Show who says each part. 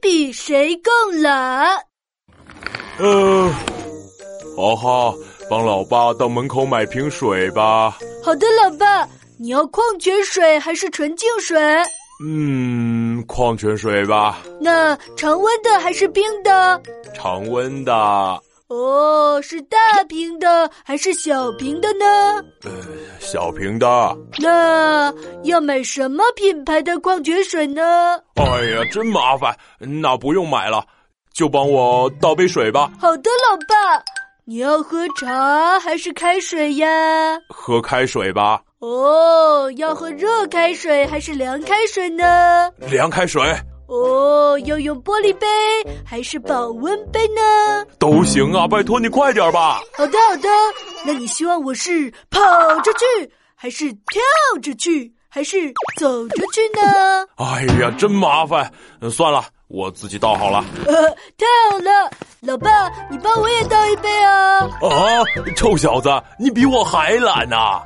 Speaker 1: 比谁更懒。
Speaker 2: 呃，豪豪，帮老爸到门口买瓶水吧。
Speaker 1: 好的，老爸，你要矿泉水还是纯净水？
Speaker 2: 嗯，矿泉水吧，
Speaker 1: 那常温的还是冰的？
Speaker 2: 常温的。
Speaker 1: 哦，是大瓶的还是小瓶的呢？
Speaker 2: 小瓶的。
Speaker 1: 那要买什么品牌的矿泉水呢？
Speaker 2: 哎呀，真麻烦，那不用买了，就帮我倒杯水吧。
Speaker 1: 好的，老爸，你要喝茶还是开水呀？
Speaker 2: 喝开水吧，
Speaker 1: 哦，要喝热开水还是凉开水呢？
Speaker 2: 凉开水
Speaker 1: 哦，要用玻璃杯还是保温杯呢？
Speaker 2: 都行啊，拜托你快点吧。
Speaker 1: 好的，好的，哦那你希望我是跑着去，还是跳着去，还是走着去呢？
Speaker 2: 哎呀，真麻烦，嗯算了，我自己倒好了。
Speaker 1: 呃，太好了，老爸，你帮我也倒一杯啊！
Speaker 2: 啊，臭小子，你比我还懒呐、